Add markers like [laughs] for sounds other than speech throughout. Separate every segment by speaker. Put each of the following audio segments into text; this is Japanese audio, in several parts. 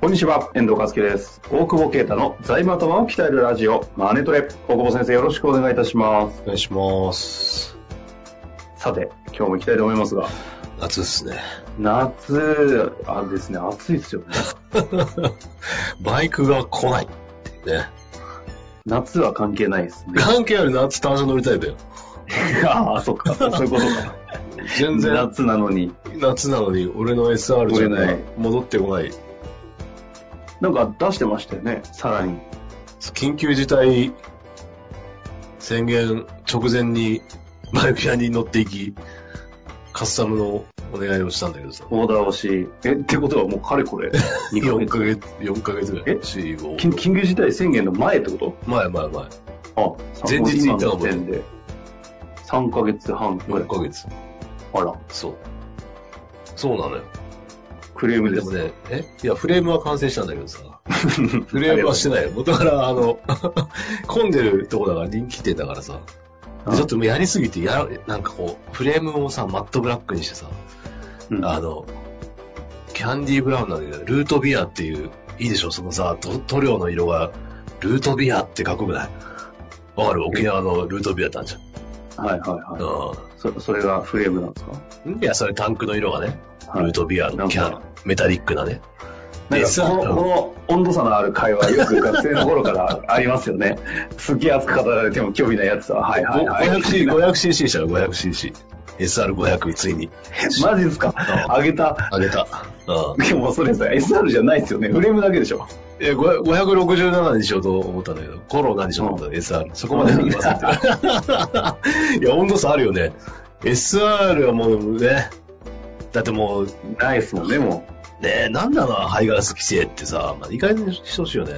Speaker 1: こんにちは、遠藤和樹です。大久保啓太の財務頭を鍛えるラジオ、マネトレ。大久保先生、よろしくお願いいたします。
Speaker 2: お願いします。
Speaker 1: さて、今日も行きたいと思いますが、
Speaker 2: 夏ですね。
Speaker 1: 夏、あれですね、暑いですよね。
Speaker 2: バイクが来ないっていうね。
Speaker 1: 夏は関係ないです
Speaker 2: [laughs]
Speaker 1: ね。
Speaker 2: 関係ある夏単車乗りたいだよ。
Speaker 1: ああ、そっか、そういうことか。
Speaker 2: 全然
Speaker 1: 夏なのに。
Speaker 2: 夏なのに俺の SR じゃな
Speaker 1: 俺
Speaker 2: い
Speaker 1: ね。
Speaker 2: 戻ってこない。
Speaker 1: なんか出してましたよね、さらに。
Speaker 2: 緊急事態宣言直前にバイク屋に乗っていき、カスタムのお願いをしたんだけどさ。
Speaker 1: オーダーをし。え、ってことはもうかれこ
Speaker 2: [laughs]
Speaker 1: れ、2ヶ月。
Speaker 2: 4ヶ月、4ヶ月ぐらい。
Speaker 1: え緊緊急事態宣言の前ってこ
Speaker 2: 前前前。
Speaker 1: とあ、
Speaker 2: 前日
Speaker 1: 今
Speaker 2: 行った
Speaker 1: の時点で。3ヶ月半くら
Speaker 2: 4
Speaker 1: い。
Speaker 2: ヶ月。
Speaker 1: あら、
Speaker 2: そう。そうなのよ。
Speaker 1: クレームで
Speaker 2: ですも。ね、えいや、フレームは完成したんだけどさ。
Speaker 1: [laughs]
Speaker 2: フレームはしてないよ。もうだから、あの、 [laughs] 混んでるとこだから人気店だからさ。
Speaker 1: うん
Speaker 2: でちょっともうやりすぎてやら、なんかこう、フレームをさ、マットブラックにしてさ、
Speaker 1: うん
Speaker 2: あの、キャンディーブラウンなんだけど、ルートビアっていう、いいでしょ、そのさ、塗塗料の色が、ルートビアってかっこよくないわかる沖縄のルートビアってあるじゃん。
Speaker 1: はいはいは
Speaker 2: う
Speaker 1: い。そそれがフレームなんですか
Speaker 2: ん。いや、それタンクの色がね、
Speaker 1: は
Speaker 2: ル
Speaker 1: い
Speaker 2: ー。トビア
Speaker 1: な
Speaker 2: の
Speaker 1: ん
Speaker 2: キャ
Speaker 1: か
Speaker 2: ン、メタリックなね。
Speaker 1: なん
Speaker 2: で
Speaker 1: か
Speaker 2: さ
Speaker 1: この、この温度差のある会話、よく学生の頃からありますよね。 [laughs] すげえ熱く語られても興味ないやつは。はいはいはい。
Speaker 2: 500cc、500cc でしたよ、500cc。SR500、ついに。
Speaker 1: マジですかあげた。
Speaker 2: あげた。うん。
Speaker 1: でもそれさ、SR じゃないですよね。フレームだけでしょ。
Speaker 2: え、5 567にしようと思ったんだけど、コロナにしようと思った SR。そこまで [laughs] できませんって。いや、温度差あるよね。SR はもうね、だってもう、
Speaker 1: [laughs] ないですもんね、も。
Speaker 2: ねなんなの排ガラス規制ってさ、まあ、意外にしてほしいよね。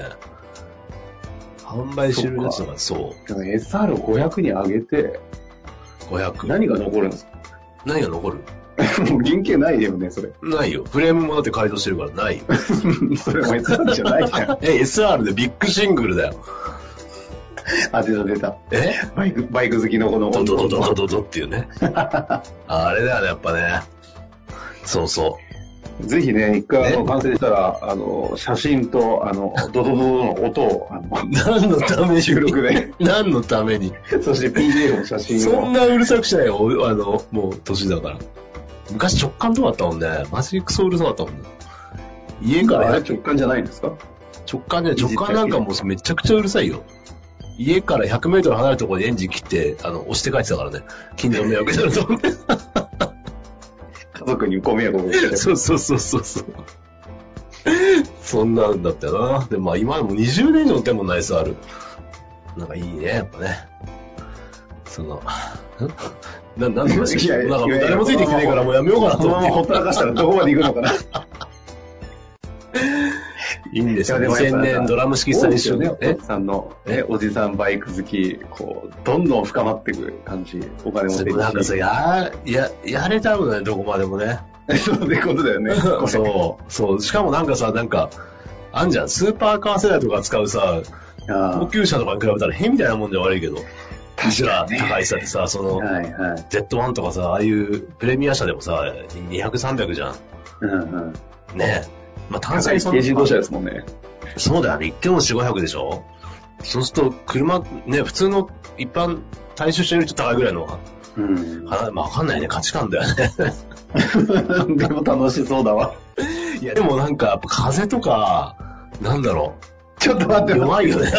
Speaker 2: 販売してるやつだから、そう
Speaker 1: だから SR500 に上げて、
Speaker 2: う、500。
Speaker 1: 何が残るんですか [laughs]
Speaker 2: 何が残る
Speaker 1: もう原型ないよね、それ。 [laughs]
Speaker 2: ないよ。フレームもだって改造してるから [laughs] ないよ。
Speaker 1: それも SR じゃないじゃん。 [laughs]
Speaker 2: え、SR でビッグシングルだよ。
Speaker 1: あ、出た出た。
Speaker 2: え
Speaker 1: バイク、バイク好きのこの
Speaker 2: ド
Speaker 1: 温
Speaker 2: ド
Speaker 1: 度
Speaker 2: ドドドドドっていうね。あれだよね、やっぱね。そうそ
Speaker 1: ぜひね、一回あの
Speaker 2: ね
Speaker 1: 完成したら、あの、写真と、あの、ドドドドの音を、あの [laughs]
Speaker 2: う。、何のために
Speaker 1: 収録で、
Speaker 2: 何のために
Speaker 1: そして PDF の写真
Speaker 2: そん
Speaker 1: を。
Speaker 2: なうるさくしないよ、おあの、もう年だから。昔直感とかあったもんね。マジクソうるさかったもんね。家か
Speaker 1: あ
Speaker 2: ら
Speaker 1: れ、直感じゃないんですか
Speaker 2: 直感ね、直感なんかもうめちゃくちゃうるさいよ。家から100メートル離れたところにエンジン切って、あの、押して帰ってたからね。近所の迷惑になると思って。
Speaker 1: 家族にご迷惑をかけて。
Speaker 2: [laughs] そうそうそうそうそう。そんなんだったよな。で、まあ今でも20年以上乗ってんもんナイスある。なんかいいね、やっぱね。その、ん [laughs] な、なんでなん
Speaker 1: いやいや
Speaker 2: かもう誰もついてきてないからもうやめようかな
Speaker 1: ことのまま
Speaker 2: 思
Speaker 1: ほ
Speaker 2: っ。
Speaker 1: ってたらかしたらどこまで行くの
Speaker 2: [laughs]
Speaker 1: かな。
Speaker 2: いいんですよ。
Speaker 1: いやでもやっぱ
Speaker 2: 2000年ドラム式スタイリッシュ
Speaker 1: ね。お
Speaker 2: え
Speaker 1: 父さんの、ね、おじさんバイク好き、こう、どんどん深まっていく感じ、お金も
Speaker 2: そ
Speaker 1: 出
Speaker 2: れなんか
Speaker 1: る
Speaker 2: さ、
Speaker 1: し。
Speaker 2: や、や、やれちゃうのね、どこまでもね。
Speaker 1: そういうことだよね。こ
Speaker 2: [laughs] そう、そう。しかもなんかさ、なんか、あんじゃん、スーパーカー世代とか使うさ、
Speaker 1: れあ
Speaker 2: 高
Speaker 1: ー
Speaker 2: 級車とかに比べたら変みたいなもんじゃ悪いけど。いくら高いさってさ、その、
Speaker 1: はいはい。
Speaker 2: Z1 とかさ、ああいうプレミア車でもさ、200、300じゃ
Speaker 1: うんうん。
Speaker 2: ん。ねえ。まあ、単
Speaker 1: 高
Speaker 2: 車
Speaker 1: い
Speaker 2: にそんな
Speaker 1: 軽自動車ですもんね。
Speaker 2: そうだよね。一軒も4、500でしょそうすると、車、ね、普通の一般、対象してる人高いぐらいのは、
Speaker 1: うん。
Speaker 2: はまあ、わかんないね。価値観だよね。
Speaker 1: [laughs] でも楽しそうだわ。
Speaker 2: [laughs] いや、でもなんか、やっぱ風とか、なんだろ
Speaker 1: ちょっと待っ
Speaker 2: う。
Speaker 1: て、
Speaker 2: 弱いよね。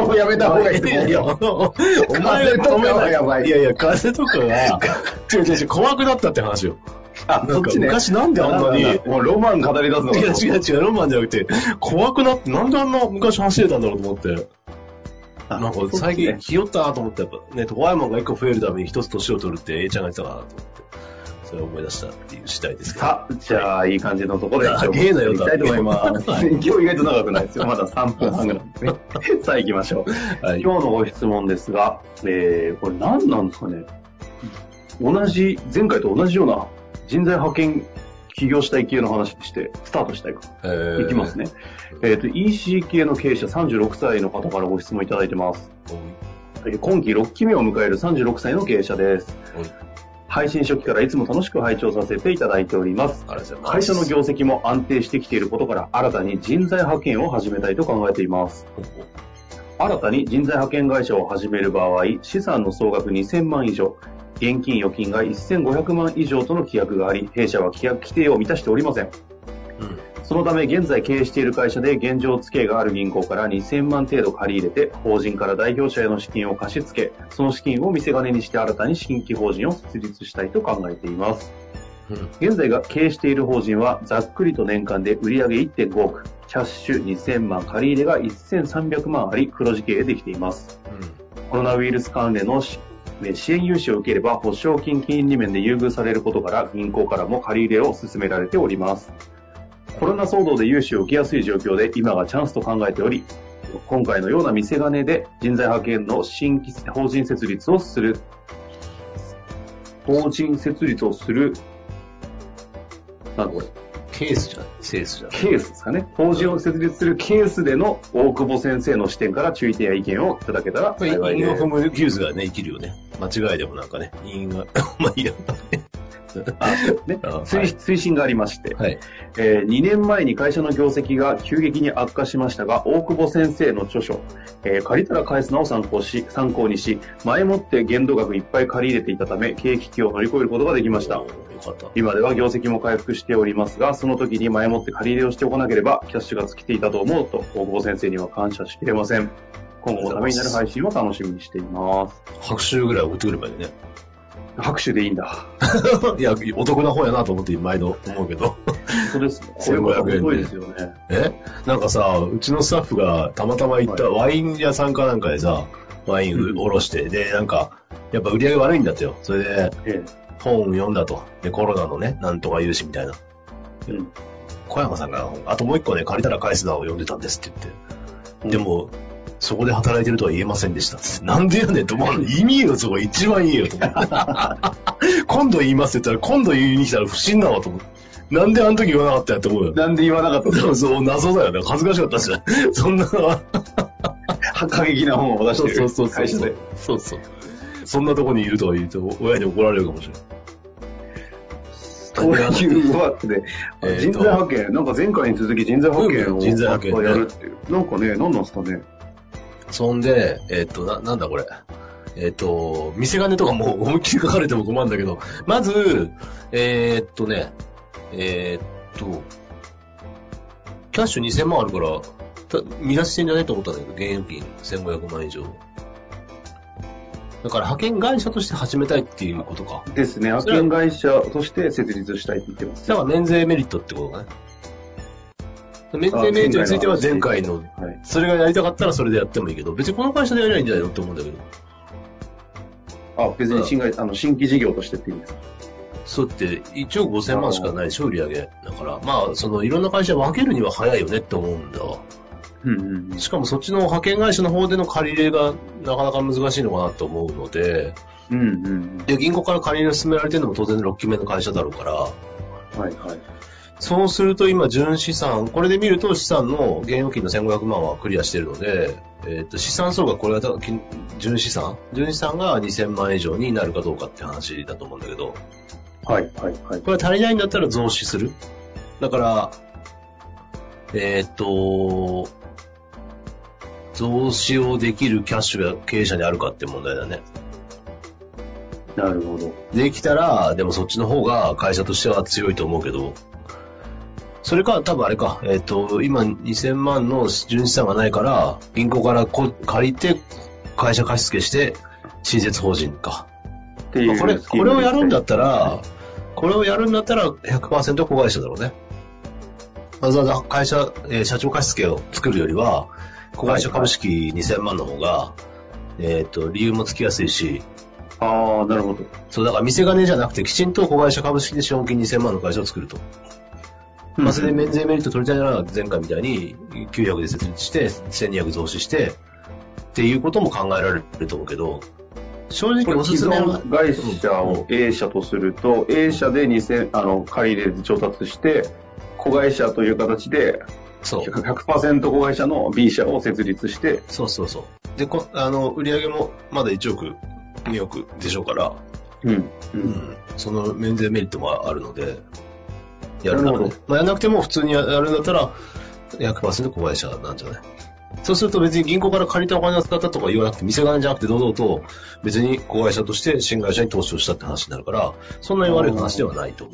Speaker 1: もうやめた方がいいと
Speaker 2: い
Speaker 1: 思
Speaker 2: や
Speaker 1: う
Speaker 2: いや、
Speaker 1: よ。
Speaker 2: おお前、
Speaker 1: 風とかは
Speaker 2: お前ら
Speaker 1: やばい
Speaker 2: いやいや、風とかが、違う違う違う、怖くなったって話よ。
Speaker 1: あ、
Speaker 2: な
Speaker 1: そ
Speaker 2: ん
Speaker 1: っ
Speaker 2: か
Speaker 1: ちね。
Speaker 2: 昔なんであんなに
Speaker 1: だもうロマン語り出すのか
Speaker 2: 違う
Speaker 1: と
Speaker 2: 違う違う、ロマンじゃなくて、怖くなって、なんであんな昔走れたんだろうと思って。
Speaker 1: あ
Speaker 2: なんか
Speaker 1: そうですね
Speaker 2: 最近、気負ったなと思って、やっぱね、トワイマンが一個増えるために一つ年を取るって A ちゃんが言ってたかなと思って、それを思い出したっていう次第ですけど。
Speaker 1: さあ、じゃあ、いい感じのところで、
Speaker 2: は
Speaker 1: 今日
Speaker 2: い
Speaker 1: も
Speaker 2: ゲーだよ
Speaker 1: いきたいと思います。
Speaker 2: だっ
Speaker 1: [laughs] 今
Speaker 2: て
Speaker 1: 日意外と長くないですよ。まだ3分半ぐらい [laughs] ですね。さあ、行きましょう。
Speaker 2: はい。
Speaker 1: 今日のご質問ですが、えー、これ何なんですかね。同じ、前回と同じような人材派遣起業主体系の話して、スタートしたいか。
Speaker 2: えー
Speaker 1: いきます。ね。えっ、と、EC 系の経営者36歳の方からご質問いただいてます。えー今期6期目を迎える36歳の経営者です。
Speaker 2: おいおい
Speaker 1: 配信初期からいつも楽しく拝聴させていただいております。
Speaker 2: ありがとうございます
Speaker 1: 会社の業績も安定してきていることから新たに人材派遣を始めたいと考えています。新たに人材派遣会社を始める場合、資産の総額2000万以上、現金預金が1500万以上との規約があり、弊社は規約規定を満たしておりません。
Speaker 2: うん
Speaker 1: そのため現在経営している会社で現状付けがある銀行から2000万程度借り入れて法人から代表者への資金を貸し付けその資金を見せ金にして新たに新規法人を設立したいと考えています
Speaker 2: うん
Speaker 1: 現在が経営している法人はざっくりと年間で売上1.5億キャッシュ2000万借り入れが1300万あり黒字経営できていますコロナウイルス関連のしえー支援融資を受ければ保証金金利面で優遇されることから銀行からも借り入れを勧められております。コロナ騒動で融資を受けやすい状況で今がチャンスと考えており、今回のような見せ金で人材派遣の新規法人設立をする、法人設立をする、なんだこれ、
Speaker 2: ケースじゃないセースじゃない
Speaker 1: ケースですかね。法人を設立するケースでの大久保先生の視点から注意点や意見をいただけたら
Speaker 2: やっぱ
Speaker 1: 幸い
Speaker 2: り因
Speaker 1: で
Speaker 2: を
Speaker 1: す
Speaker 2: 踏。む技術がね、生きるよね。間違いでもなんかね、因が、 [laughs] まあいいや。
Speaker 1: ね
Speaker 2: あはい
Speaker 1: 推推進がありまして、
Speaker 2: はい。
Speaker 1: え2年前に会社の業績が急激に悪化しましたが、大久保先生の著書、えー借りたら返すなを参考し、参考にし、前もって限度額いっぱい借り入れていたため、経営危機を乗り越えることができました
Speaker 2: よ。かった。
Speaker 1: 今では業績も回復しておりますが、その時に前もって借り入れをしておかなければ、キャッシュが尽きていたと思うと、大久保先生には感謝しきれません。今後もためになる配信を楽しみにしています。
Speaker 2: 拍手ぐらい送ってくればいいね。 [laughs]
Speaker 1: 拍手でいいんだ。
Speaker 2: いや、お得な方やなと思って毎度思うけど。
Speaker 1: 本
Speaker 2: [laughs]
Speaker 1: 当ですね。これもすごいですよね。
Speaker 2: えなんかさ、うちのスタッフがたまたま行ったワイン屋さんかなんかでさ、ワインおろして、で、なんか、やっぱ売り上げ悪いんだってよ。それで、
Speaker 1: え
Speaker 2: 本読んだと。で、コロナのね、なんとか融資みたいな。
Speaker 1: えうん
Speaker 2: 小山さんが、あともう一個ね、借りたら返すなを読んでたんですって言って。でも、そこで働いてるとは言えませんでしたっつって。なんでやねんと、まあ、意味よ、そこ一番いいよ、
Speaker 1: [laughs]
Speaker 2: と思って。今度言いますって言ったら、今度言いに来たら不審だわ、と思って。なんであの時言わなかったやと思うよ。
Speaker 1: なんで言わなかった
Speaker 2: でもそう、謎だよね。恥ずかしかったしね。そんな、
Speaker 1: 過激な本を出してる会社で。
Speaker 2: そうそう。そんなとこにいるとは言うと、親に怒られるかもしれない。
Speaker 1: こういうワークで、あ
Speaker 2: えー
Speaker 1: 人
Speaker 2: と
Speaker 1: 材派遣、なんか前回に続き人材派遣を
Speaker 2: うん人材派遣ね
Speaker 1: やるっていう。なんかね、何なんですかね。
Speaker 2: そんで、えっ、と、な、なんだこれ。えっ、と、見せ金とかもう思いっきり書かれても困るんだけど、まず、えーっとね、えーっと、キャッシュ2000万あるから、た見出してんじゃねえと思ったんだけど、現預金1500万以上。だから派遣会社として始めたいっていうことか。
Speaker 1: ですね、派遣会社として設立したいって言ってます。
Speaker 2: だから免税メリットってことかね。免税メリットについては前回の、
Speaker 1: はい。
Speaker 2: それがやりたかったらそれでやってもいいけど、別にこの会社でやりゃいいんじゃないのって思うんだけど。
Speaker 1: あ、別に新,、あの新規事業としてって意味ですか。
Speaker 2: そうって、1億5000万しかないでしょ、売り上げ。だから、まあ、その、いろんな会社分けるには早いよねって思うんだわ。
Speaker 1: うんうん
Speaker 2: しかもそっちの派遣会社の方での借り入れがなかなか難しいのかなと思うので、
Speaker 1: うん。うんうん
Speaker 2: で、銀行から借り入れを進められてるのも当然6期目の会社だろうから、
Speaker 1: うん。はいはい。
Speaker 2: そうすると今、純資産、これで見ると資産の現預金の1500万はクリアしてるので、えっと資産総額、これが多分純資産純資産が2000万円以上になるかどうかって話だと思うんだけど、
Speaker 1: はいはいはい。
Speaker 2: これ足りないんだったら増資する。だから、えーっと、増資をできるキャッシュが経営者にあるかって問題だね。
Speaker 1: なるほど。
Speaker 2: できたら、でもそっちの方が会社としては強いと思うけど、それか、多分あれか、えーっ、と、今2000万の純資産がないから、銀行からこ借りて、会社貸し付けして、新設法人か。
Speaker 1: っていう、
Speaker 2: まあこれ、これをやるんだったら、これをやるんだったら100%子会社だろうね。わざわざ会社、えー社長貸し付けを作るよりは、子会社株式2000万の方が、えっ、と、理由もつきやすいし、
Speaker 1: ああ、なるほど。
Speaker 2: そう、だから見せ金じゃなくて、きちんと子会社株式で資本金2000万の会社を作ると。まあ、それで免税メリット取りたいなら、前回みたいに900で設立して、1200増資して、っていうことも考えられると思うけど、正
Speaker 1: これ
Speaker 2: 直おす
Speaker 1: 既
Speaker 2: すめは
Speaker 1: 存、会社を A 社とすると、A 社で2000、あの、借り入れで調達して、子会社という形で、
Speaker 2: そう。
Speaker 1: 100%子会社の B 社を設立して、
Speaker 2: そうそうそう。で、こあの、売り上げもまだ1億、2億でしょうから、
Speaker 1: うん。
Speaker 2: うん、その免税メリットもあるので、やるな
Speaker 1: なる
Speaker 2: らね
Speaker 1: ほど。
Speaker 2: まあ、やらなくても普通にやるんだったら、100%子会社なんじゃないそうすると別に銀行から借りたお金を使ったとか言わなくて、店金じゃなくて堂々と別に子会社として新会社に投資をしたって話になるから、そんなに悪い話ではないと思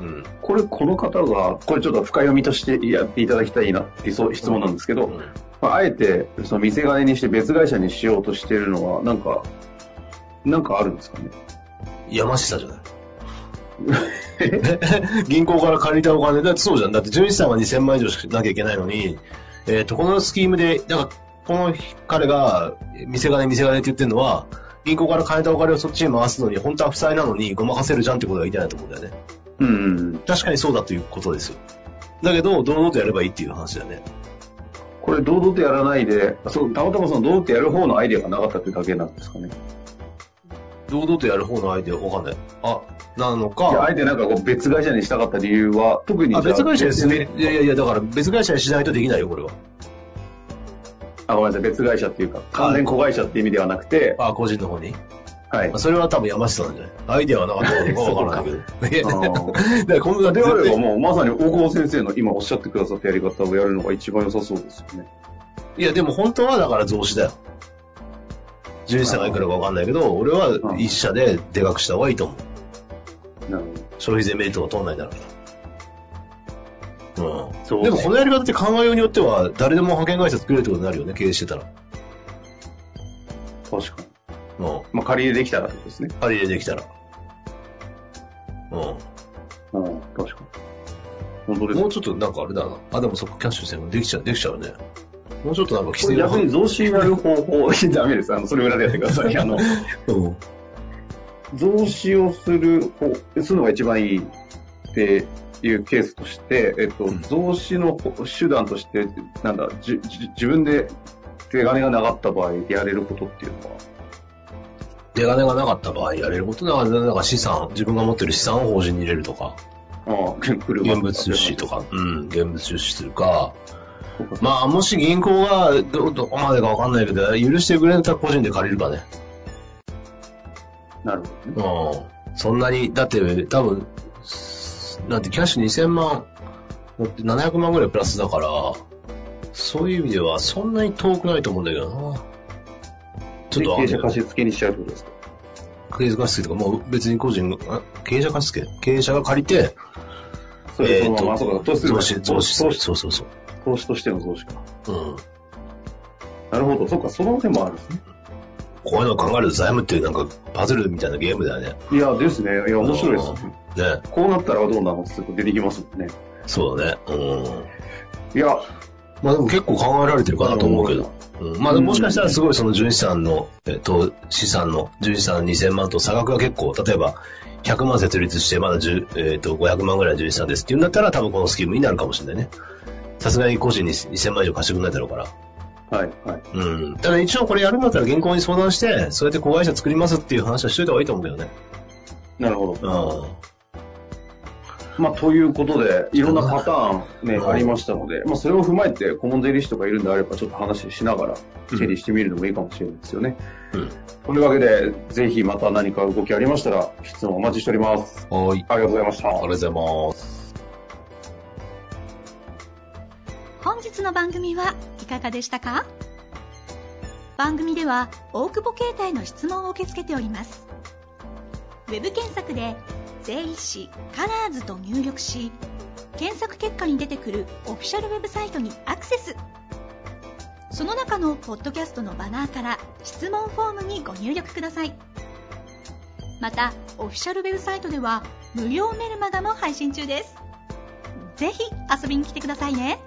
Speaker 2: う。うん。
Speaker 1: これ、この方が、これちょっと深読みとしてやっていただきたいなってそう質問なんですけど、
Speaker 2: うん
Speaker 1: まあ、あえて、その店金にして別会社にしようとしてるのは、なんか、なんかあるんですかね。
Speaker 2: やましさじゃない [laughs] 銀行から借りたお金だってそうじゃん。だって純資産は2000万以上しなきゃいけないのに、えっ、と、このスキームで、だから、この彼が、店金、店金って言ってるのは、銀行から借りたお金をそっちに回すのに、本当は負債なのにごまかせるじゃんってことが言いたいなと思うんだよね。
Speaker 1: うんうんうん。
Speaker 2: 確かにそうだということですよ。だけど、堂々とやればいいっていう話だよね。
Speaker 1: これ、堂々とやらないで、そうたまたまその堂々とやる方のアイデアがなかったってだけなんですかね。
Speaker 2: 堂々とやる方のアイデアわかんない。あ、なの
Speaker 1: いやあ
Speaker 2: か
Speaker 1: え、てなんかこう別会社にしたかった理由は、特に
Speaker 2: あ、
Speaker 1: じゃ
Speaker 2: 別会社にす
Speaker 1: 別
Speaker 2: る
Speaker 1: メ。
Speaker 2: いやいやいや、だから別会社にしないとできないよ、これは。
Speaker 1: あ、ごめんなさい、別会社っていうか、完全子会社っていう意味ではなくて、
Speaker 2: あ、個人の方に。
Speaker 1: はい
Speaker 2: まあ、。それは多分山下なんじゃないアイデアはなかったのかわか
Speaker 1: [laughs]
Speaker 2: らないけど。いや
Speaker 1: あー
Speaker 2: だからこんな
Speaker 1: で
Speaker 2: で
Speaker 1: あ
Speaker 2: あ
Speaker 1: れ
Speaker 2: れ
Speaker 1: ば
Speaker 2: ば、
Speaker 1: もうまさに大久保先生の今おっしゃってくださったやり方をやるのが一番良さそうですよね。
Speaker 2: いやでも本当はだから増資だよ。純資産がいくらかわかんないけど、俺は一社ででかくした方がいいと思う。
Speaker 1: なるほど。
Speaker 2: 消費税メリットが取んないんだから。うん。
Speaker 1: そう
Speaker 2: でもこのやり方って考えようによっては、誰でも派遣会社作れるってことになるよね、経営してたら。
Speaker 1: 確かに。
Speaker 2: うん。
Speaker 1: まあ、借り入れできたらってことですね。
Speaker 2: 借り入れできたら。うん。
Speaker 1: うん、確かに。本当です
Speaker 2: もうちょっとなんかあれだな。あ、でもそこキャッシュしてもできちゃう、できちゃうね。もうちょっとなんか規
Speaker 1: これ
Speaker 2: 制が
Speaker 1: 逆に増資やる方法、 [laughs] ダメです。あの、それ裏でやってください。あの、
Speaker 2: うん。
Speaker 1: 増資をする方、するのが一番いいっていうケースとして、えっと、
Speaker 2: うん
Speaker 1: 増資の手段として、なんだ、じじ自分で手金がなかった場合、やれることっていうのは、
Speaker 2: 出金がなかった場合やれることだから、なんか資産、自分が持ってる資産を法人に入れるとか、
Speaker 1: ああ、車とか
Speaker 2: 現物出資と。か、うん、現物出資するか、
Speaker 1: そうか
Speaker 2: まあ、もし銀行がど、どこまでかわかんないけど、許してくれたら個人で借りるかね。
Speaker 1: なるほどね。
Speaker 2: うん。そんなに、だって、多分、なんてキャッシュ2000万、持って700万ぐらいプラスだから、そういう意味では、そんなに遠くないと思うんだけどな。ちょっとわか
Speaker 1: 経
Speaker 2: んない
Speaker 1: 営者貸し付けにしちゃうってことですか。
Speaker 2: 経営者貸し付けとか、もう別に個人が、あ経営者貸し付け経営者が借りて、
Speaker 1: それとも、まあ、そうか、投資
Speaker 2: 増資、
Speaker 1: 投
Speaker 2: 増
Speaker 1: 資
Speaker 2: 資、
Speaker 1: 投
Speaker 2: 投
Speaker 1: 資
Speaker 2: 資、そうそうそう。
Speaker 1: 投資としての増資か。
Speaker 2: うん。
Speaker 1: なるほど、そうか、その手もあるんですね。
Speaker 2: こういうのを考えると財務っていうなんかパズルみたいなゲームだよね。
Speaker 1: いや、ですね。いや、面白いですね。
Speaker 2: ね。
Speaker 1: こうなったらどうなのって出てきますもんね。
Speaker 2: そうだね。うん。
Speaker 1: いや、
Speaker 2: まあでも結構考えられてるかなと思うけど。うん、まあでももしかしたらすごいその純資産の、えっと、資産の、純資産2000万と差額が結構、例えば100万設立してまだ10、えっと、500万ぐらい純資産ですっていうんだったら多分このスキームになるかもしれないね。さすがに個人に2000万以上貸してくんないだろうから。
Speaker 1: はい、はい。
Speaker 2: うん。ただ一応これやるんだったら銀行に相談して、そうやって子会社作りますっていう話はしといた方がいいと思うけどね。
Speaker 1: なるほど。
Speaker 2: うん。
Speaker 1: まあ、ということで、いろんなパターンね、
Speaker 2: うん
Speaker 1: ありましたので、まあ、それを踏まえて、顧問税理士とかいるんであれば、ちょっと話しながら、
Speaker 2: うん
Speaker 1: 整理してみるのもいいかもしれないですよね。
Speaker 2: うん。
Speaker 1: というわけで、ぜひまた何か動きありましたら、質問お待ちしております。
Speaker 2: はい。
Speaker 1: ありがとうございました。
Speaker 2: ありがとうございます。
Speaker 3: 本日の番組はいかがでしたか番組では大久保携帯の質問を受け付けておりますウェブ検索で「税理士カラーズと入力し検索結果に出てくるオフィシャルウェブサイトにアクセスその中のポッドキャストのバナーから質問フォームにご入力くださいまたオフィシャルウェブサイトでは無料メルマガも配信中ですぜひ遊びに来てくださいね。